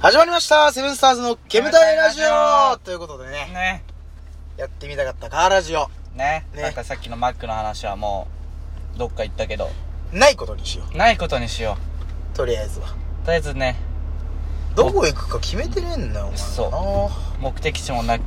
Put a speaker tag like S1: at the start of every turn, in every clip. S1: 始まりましたセブンスターズの煙たいラジ
S2: 煙たいラ
S1: オ
S2: ジオ
S1: ということでね、
S2: ね
S1: やってみたかったカーラジオ。
S2: ね
S1: ね
S2: だからさっきのマックの話はもうどっか行ったけど
S1: ないことにしよ
S2: ないことにしよ
S1: う。とりあえずは。
S2: うとりあえずね
S1: どこ行くか決めてねえんだよ、お前。
S2: そう目的地もなく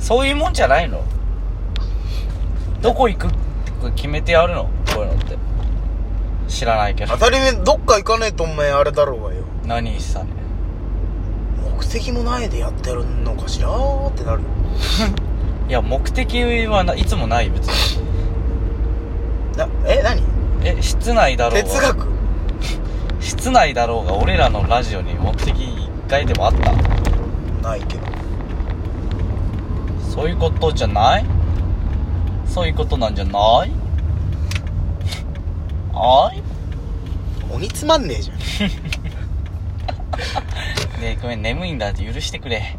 S2: そういうもんじゃないのどこ行くって決めてやるのこういうのって知らないけど
S1: 当たり前、どっか行かねえとお前あれだろうがよ。
S2: 何してたね
S1: 目的もないでやってるのかしらーってなるよ。
S2: いや目的はないつもない別に
S1: な、え、何
S2: え室内だろうが
S1: 哲学
S2: 室内だろうが俺らのラジオに目的一回でもあった
S1: ないけど。
S2: そういうことじゃないそういうことなんじゃないあい
S1: 鬼つまんねえじゃん。
S2: ねえごめん眠いんだって許してくれ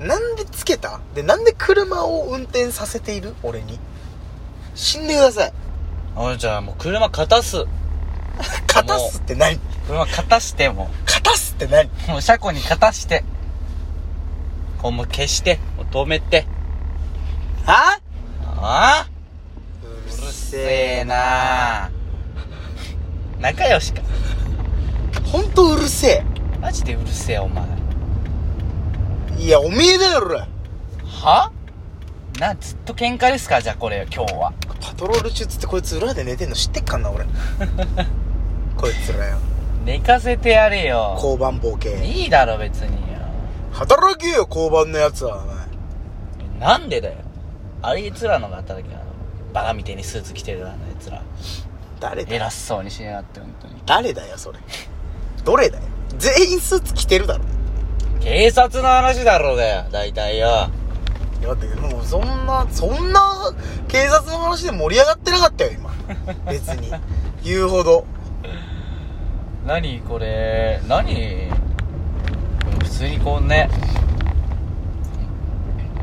S1: なんでつけたで、なんで車を運転させている俺に。死んでください。
S2: おいじゃあもう車勝たす
S1: 勝たすって何
S2: 車勝たしても
S1: 勝たすって何
S2: うもう車庫に勝たしてこうもう消してもう止めて
S1: は
S2: ああ
S1: う
S2: うるせえな仲良しか
S1: ほんとうるせ
S2: マジでうるせえお前
S1: え。いや、おめえだよ、俺。
S2: はなずっと喧嘩ですかじゃあこれ今日は
S1: パトロール中っつってこいつ裏で寝てんの知ってっかんな、俺。こいつらよ。
S2: 寝かせてやれよ
S1: 交番ボケ。
S2: いいだろ別によ
S1: 働けよ、交番のやつは、お前。
S2: なんでだよあいつらのが働きなのバカみてえにスーツ着てるあのやつら
S1: 誰だ
S2: 偉そうにしやがって本当に
S1: 誰だよ、それ。どれだよ。全員スーツ着てるだろ。
S2: 警察の話だろうだよ大体よ
S1: いや、だってもうそんな、そんな、警察の話で盛り上がってなかったよ、今。別に。言うほど。
S2: 何これ何普通にこうね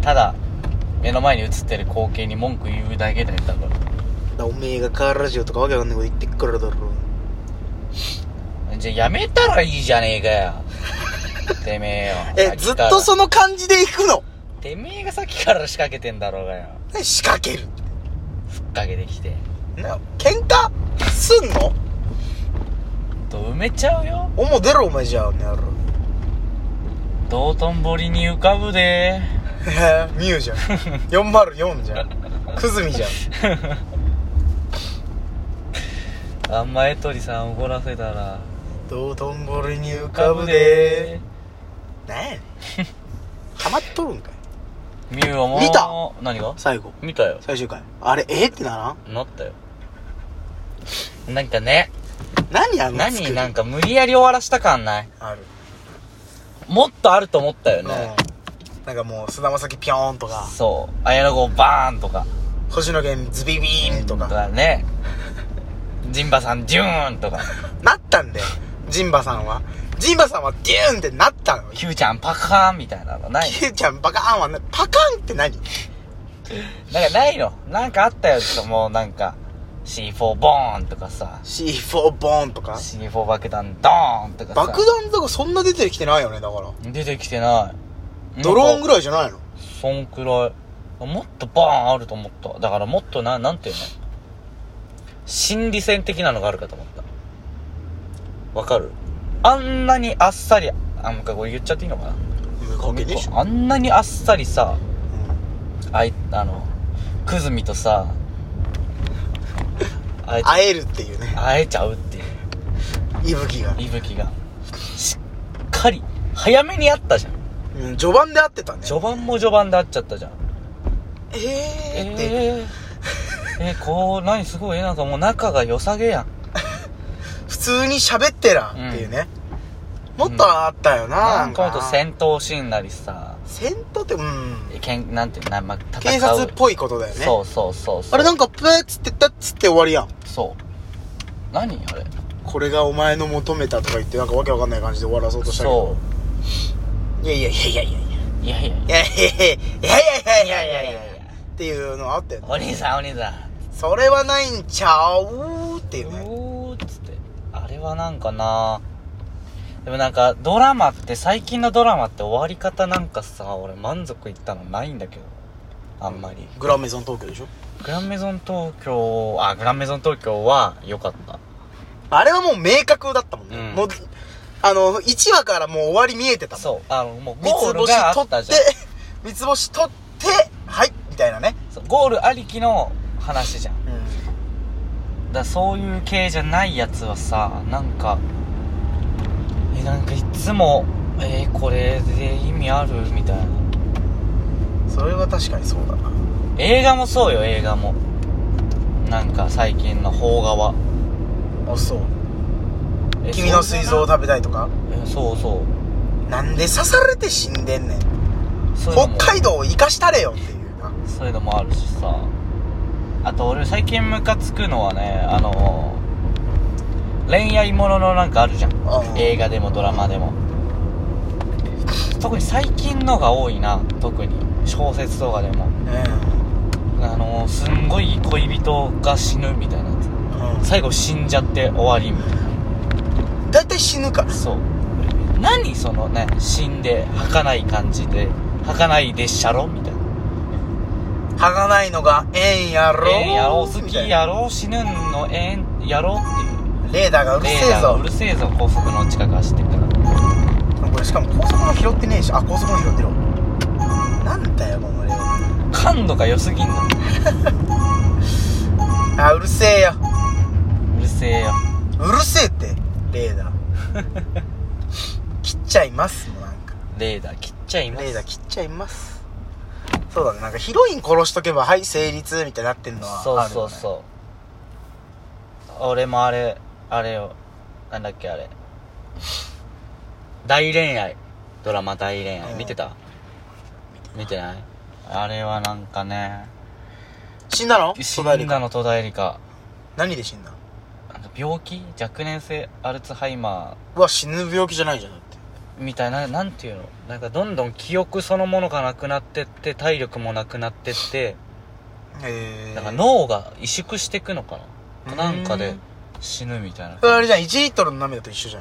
S2: ただ目の前に映ってる光景に文句言うだけだよ多分
S1: だおめえがカーラジオとかわけわかんないこと言ってっからだろ。
S2: じゃあやめたらいいじゃねえか よてめえよ
S1: え、ずっとその感じで行くの
S2: てめえがさっきから仕掛けてんだろうがよ
S1: 何仕掛ける
S2: ふっかけてきて
S1: な、喧嘩すんの
S2: と埋めちゃうよ
S1: おも出ろお前じゃあ、ねやろ。
S2: 道頓堀に浮かぶで
S1: へえ、ミュウじゃ ん。404じゃん。くずみじゃん。
S2: あんまエトリさん怒らせたら
S1: 道頓堀に浮かぶでー。なんやねん。ハマっとるんかい
S2: ミュウはもう
S1: 見た
S2: 何が
S1: 最後。
S2: 見たよ
S1: 最終回。あれ、えーってならん
S2: なったよなんかね
S1: 何あの作り
S2: 何なんか無理やり終わらした感ない
S1: ある。
S2: もっとあると思ったよね
S1: うん。なんかもう、菅田将暉ピョーンとか、
S2: そう綾野剛バーンとか
S1: 星野源ズビビーンと
S2: と
S1: か、
S2: かねジンバさんジューンとか
S1: なったんだよ。ジンバさんは。ジンバさんはデューンってなったの。
S2: キューちゃんパカーンみたいなのない
S1: キューちゃんバカーンはな、パカーンって何
S2: なんかないのなんかあったよちょっともうなんか C4 ボーンとかさ
S1: C4 ボーンとか
S2: C4 爆弾ドーンとかさ
S1: 爆弾とかそんな出てきてないよねだから
S2: 出てきてない
S1: ドローンぐ
S2: ら
S1: ら
S2: い
S1: いじゃないの
S2: そんくらいもっとバーンあると思っただからもっとななんていうの心理戦的なのがあるかと思ったわかるあんなにあっさりあんかこれ言っちゃっていいのかな
S1: 無関係でしょ
S2: あんなにあっさりさあいあのクズミとさあえちゃ
S1: 会えるっていうね
S2: 会えちゃうっていう
S1: 息吹が
S2: 息吹がしっかり早めに会ったじゃん
S1: うん序盤で会ってたね
S2: 序盤も序盤で会っちゃったじゃん
S1: え
S2: え
S1: ー
S2: ー、
S1: って、
S2: えこう何すごいえなんかもう仲が良さげやん
S1: 普通に喋ってらっていうね、もっとあったよな、
S2: なんかもっと戦闘シーンなりさ
S1: 戦闘ってうん
S2: けんなんていうのなまあ戦う
S1: 警察っぽいことだよね
S2: そうそうそうそう
S1: あれなんかプーっつってたっつって終わりやん
S2: そう何あれ
S1: これがお前の求めたとか言ってなんかわけわかんない感じで終わらそうとしたけ
S2: そ
S1: どいやいやいやいやいやいや
S2: ういやいやい
S1: いやいやいやいやいやい
S2: や
S1: や
S2: い
S1: いやいや
S2: やいやいや
S1: っていうのあったよね
S2: お兄さんお兄さん
S1: それはないんちゃうっていうね
S2: うおーっつってあれはなんかなでもなんか、ドラマって、最近のドラマって終わり方なんかさ、俺満足いったのないんだけど。あんまり。
S1: グランメゾン東京でしょ
S2: グランメゾン東京、あ、グランメゾン東京は良かった。
S1: あれはもう明確だったもんね、
S2: うん
S1: もうあの1話からもう終わり見えてたもん
S2: そう、あの、もう
S1: 三
S2: ゴー
S1: つ
S2: ルがあ
S1: 星取
S2: った
S1: っ
S2: じ
S1: て
S2: ゃん。
S1: 三つ星取ってはいみたいなね
S2: そうゴールありきの話じゃん。
S1: うん
S2: だからそういう系じゃないやつはさなんかえなんかいつもえー、これで意味あるみたいな
S1: それは確かにそうだな
S2: 映画もそうよ映画もなんか最近の邦画は
S1: あそう
S2: え
S1: 君の膵臓を食べたいとか
S2: そうそう
S1: なんで刺されて死んでんねん
S2: そうそういうの
S1: 北
S2: も
S1: 海道を生かしたれよっていうな
S2: そういうのもあるしさあと俺最近ムカつくのはねあの恋愛もののなんかあるじゃん
S1: うん
S2: 映画でもドラマでも特に最近のが多いな特に小説とかでもあのすんごい恋人が死ぬみたいなや
S1: うん
S2: つ最後死んじゃって終わりみたい
S1: うん大体死ぬから
S2: なそう何そのね死んで儚い感じで儚いでっしゃろみたいな
S1: はがないのがええんやろ
S2: ええんやろ好
S1: み
S2: き
S1: たいな
S2: やろ死ぬんのええんやろっていう
S1: レーダーがうるせえ
S2: レーダー
S1: ぞ
S2: うるせえぞ高速の近く走ってっから
S1: これしかも高速も拾ってねえしあ高速も拾ってるわなんだよこのレーダー
S2: 感度が良すぎんのう
S1: あうるせえよ
S2: るせえよ
S1: うるせえってレーダー切っちゃいますもうなんか
S2: レーダー切っちゃいます
S1: レーダー切っちゃいますそうだねなんかヒロイン殺しとけばはい成立みたいになってんのは
S2: そう
S1: ある
S2: そ
S1: よ
S2: う
S1: ね
S2: そう俺もあれあれよなんだっけあれ大恋愛ドラマ大恋愛、
S1: うん
S2: 見てた見てないあれはなんかね
S1: 死んだの
S2: 死
S1: 戸田恵
S2: ん
S1: 梨
S2: だ
S1: 香
S2: の戸田恵梨香
S1: 何で死んだの
S2: なんか病気若年性アルツハイマ
S1: うわ死ぬ病気じゃないじゃんだって
S2: ーみたいななんていうのなんかどんどん記憶そのものがなくなってって体力もなくなってって
S1: へえ
S2: なんか脳が萎縮してくのかな、なんか
S1: う
S2: で
S1: ん
S2: 死ぬみたいな
S1: それあれじゃん1リットルの涙と一緒じゃ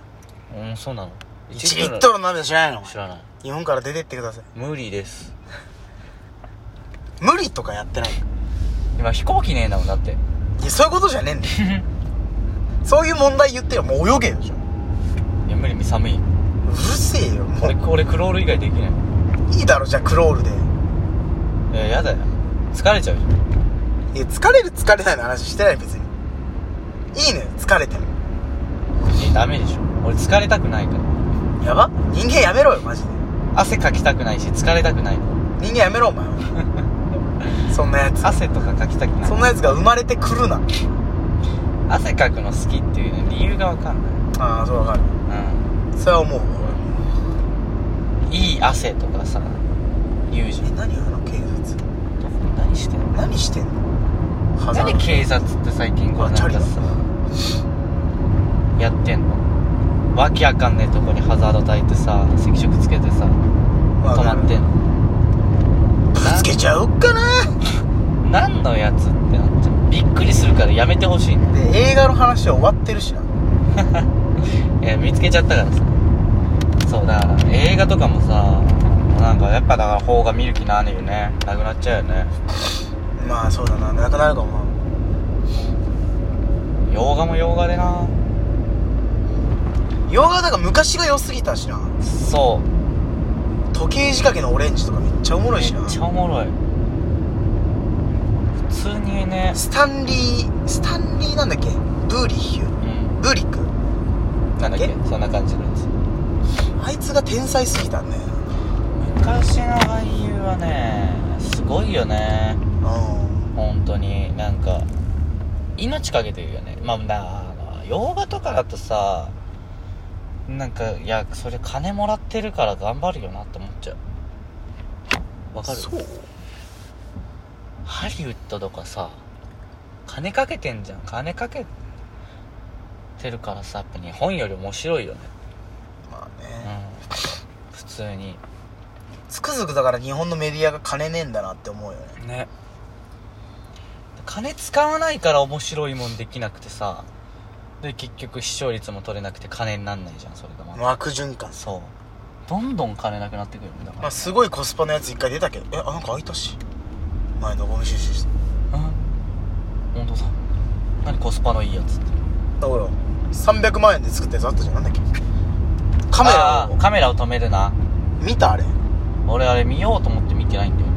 S1: ん
S2: うんそうなの
S1: 1リットルの涙知らないのお前
S2: 知らない
S1: 日本から出てってください
S2: 無理です
S1: 無理とかやってない
S2: 今飛行機ねえんだもんだって
S1: いやそういうことじゃねえんだよ そういう問題言ってよもう泳げよじゃん
S2: いや無理寒いう
S1: るせえよも
S2: 俺俺クロール以外できないう
S1: いいだろじゃあクロールで
S2: いややだよ疲れちゃうじゃん
S1: いや疲れる疲れないの話してない別にいいのよ疲れても
S2: いやダメでしょ俺疲れたくないから
S1: やば人間やめろよマジで
S2: 汗かきたくないし疲れたくない
S1: 人間やめろお 前はそんなやつ
S2: 汗とかかきたくない
S1: そんなやつが生まれてくるな
S2: 汗かくの好きっていうね理由がわかんない
S1: ああそうわかるそれは思う
S2: うんいい汗とかさ言うじゃ
S1: え
S2: ん
S1: 何あの警察
S2: どこ何してんの
S1: 何してんのハザード
S2: 何警察って最近こうなんかさやってんのわけあかんねえとこにハザード焚いてさ赤色つけてさ
S1: わ
S2: 止
S1: か
S2: ま
S1: る
S2: ってんの
S1: ぶつけちゃおっかな
S2: 何のやつってなっちゃうびっくりするからやめてほしいの
S1: で映画の話は終わってるしない
S2: や見つけちゃったからさそうだから映画とかもさなんかやっぱだから邦画見る気なねよねなくなっちゃうよね
S1: まあそうだななくなるかも
S2: 洋画も洋画でな
S1: な洋画なんか昔が良すぎたしな
S2: そう
S1: 時計仕掛けのオレンジとかめっちゃおもろ
S2: め
S1: い
S2: っ
S1: しな
S2: ちゃおもろい普通にね
S1: スタンリースタンリーなんだっけブーリッヒュ
S2: うん
S1: ブーリック
S2: なんだっけそんな感じのやつ
S1: あいつが天才すぎたんだよ
S2: 昔の俳優はねすごいよね
S1: うん
S2: 本当になんか命かけてるよねまあなあの洋画とかだとさなんかいやそれ金もらってるから頑張るよなって思っちゃうわかる
S1: そう
S2: ハリウッドとかさ金かけてんじゃん金かけてるからさやっぱ日本より面白いよね
S1: まあ
S2: う
S1: ね、
S2: ん普通に
S1: つくづくだから日本のメディアが金ねえんだなって思うよね
S2: ね金使わないから面白いもんできなくてさで結局視聴率も取れなくて金になんないじゃんそれがまた
S1: 悪循環
S2: そうどんどん金なくなってくるんだか
S1: ま
S2: ら
S1: あすごいコスパのやつ一回出たけどえあなんか開いたし前のゴミ収集室
S2: うん本当だ何コスパのいいやつって
S1: だから300万円で作ったやつあったじゃんなんだっけカメラ
S2: あ
S1: を
S2: ーカメラを止めるな
S1: 見たあれ
S2: 俺あれ見ようと思って見てないんだよね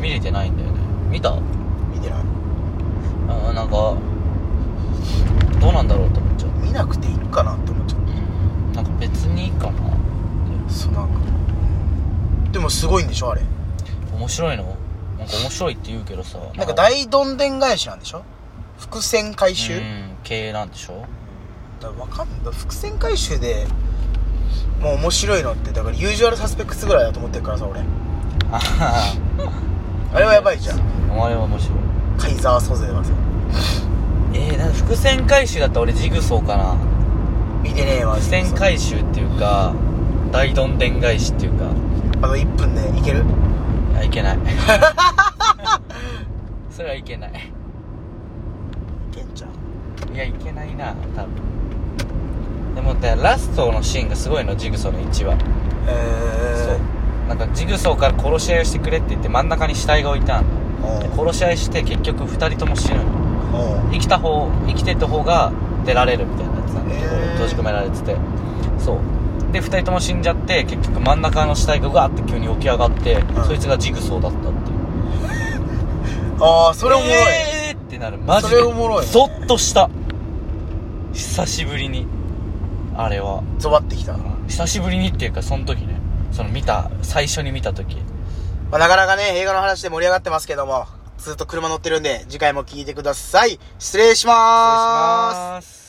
S2: 見れてないんだよね見た
S1: 見てない
S2: あなんかどうなんだろうと思っちゃう
S1: 見なくていいかなって思っちゃっ
S2: うんなんか別にいいかな
S1: たそうなんかでもすごいんでしょあれ
S2: 面白いのなんか面白いって言うけどさ
S1: なんか大どんでん返しなんでしょ伏線回収、
S2: うん系なんでしょ
S1: だからわかんない伏線回収でもう面白いのってだからユージュアルサスペクツぐらいだと思ってるからさ俺
S2: あは
S1: あれは やばいじゃん
S2: はあれは面白い
S1: カイザー租税はさ
S2: えー、なんか伏線回収だったら俺ジグソーかな
S1: 見てねえわ
S2: 伏線回収っていうか大どんでん返しっていうか
S1: あと1分でいける
S2: いやい けないそれはいけない
S1: いけんちゃん
S2: いやいけないな多分でもだラストのシーンがすごいのジグソーの1話そ
S1: え
S2: うなんかジグソーから殺し合いをしてくれって言って真ん中に死体が置いたん
S1: ーお
S2: で
S1: う
S2: 殺し合いして結局2人とも死ぬの
S1: おう
S2: 生きた方生きてた方が出られるみたいなやつなんだけど、
S1: へー
S2: 閉じ込められててそうで2人とも死んじゃって結局真ん中の死体がガーって急に起き上がって、
S1: うん
S2: そいつがジグソーだったっていう
S1: ああそれおもろい、
S2: えーってなるマジで
S1: それおもろいね
S2: ゾッとした久しぶりにあれは
S1: ゾワってきた、ま
S2: 久しぶりにっていうかその時ねその見た最初に見た時
S1: あ、なかなかね映画の話で盛り上がってますけどもずっと車乗ってるんで次回も聞いてください失礼しまーす
S2: す